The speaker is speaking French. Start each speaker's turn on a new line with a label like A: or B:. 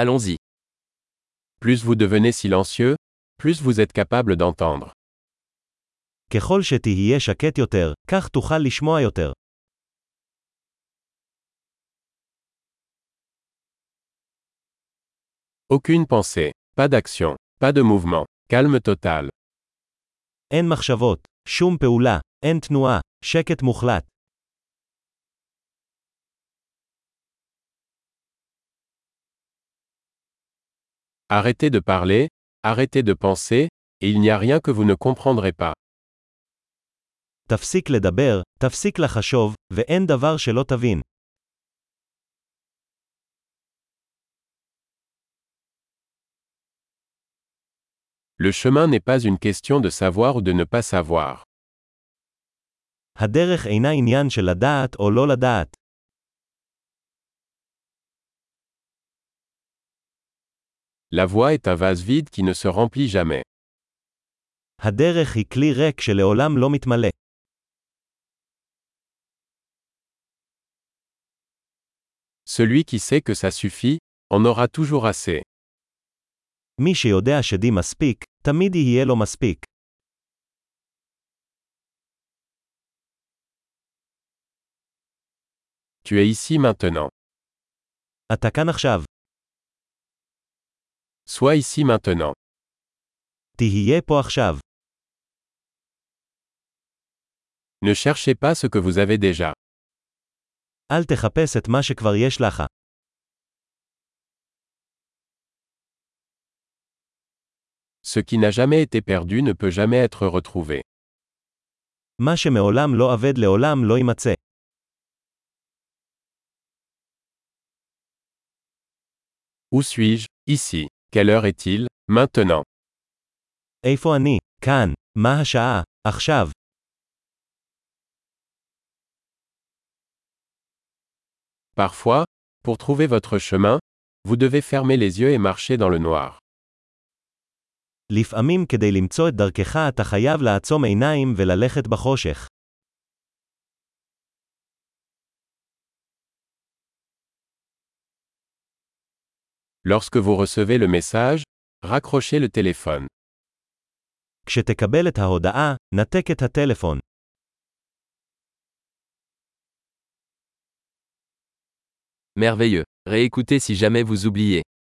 A: Allons-y. Plus vous devenez silencieux, plus vous êtes capable d'entendre.
B: ככל שתהיה שקט יותר, כך תוכל לשמוע יותר.
A: Aucune pensée, pas d'action, pas de mouvement, calme total.
B: אין מחשבות, שום פעולה, אין תנועה, שקט מוחלט.
A: Arrêtez de parler, arrêtez de penser, et il n'y a rien que vous ne comprendrez pas.
B: תפסיק לדבר, תפסיק לחשוב, ואין דבר שלא תבין.
A: Le chemin n'est pas une question de savoir ou de ne pas savoir.
B: הדרך אינה עניין של לדעת או לא לדעת.
A: La voie est un vase vide qui ne se remplit jamais.
B: הדרך היא כלי ריק שלעולם לא מתמלא.
A: Celui qui sait que ça suffit, en aura toujours assez.
B: מי שיודע שדי מספיק, תמיד יהיה לו מספיק.
A: Tu es ici maintenant.
B: אתה כאן עכשיו,
A: Sois ici maintenant.
B: תהיה פה עכשיו.
A: Ne cherchez pas ce que vous avez déjà.
B: אל תחפש את מה שכבר יש לך.
A: Ce qui n'a jamais été perdu ne peut jamais être retrouvé.
B: מה שמעולם לא אבד לעולם לא יימצא.
A: Où suis-je Ici. Quelle heure est-il Maintenant.
B: איפה אני? כאן. מה השעה? עכשיו.
A: Parfois, pour trouver votre chemin, vous devez fermer les yeux et marcher dans le noir.
B: לפעמים כדי למצוא את דרכך אתה חייב לעצום עיניים וללכת בחושך.
A: Lorsque vous recevez le message, raccrochez le téléphone.
B: כשתקבל את ההודעה, נתק את הטלפון.
C: Merveilleux. Réécoutez si jamais vous oubliez.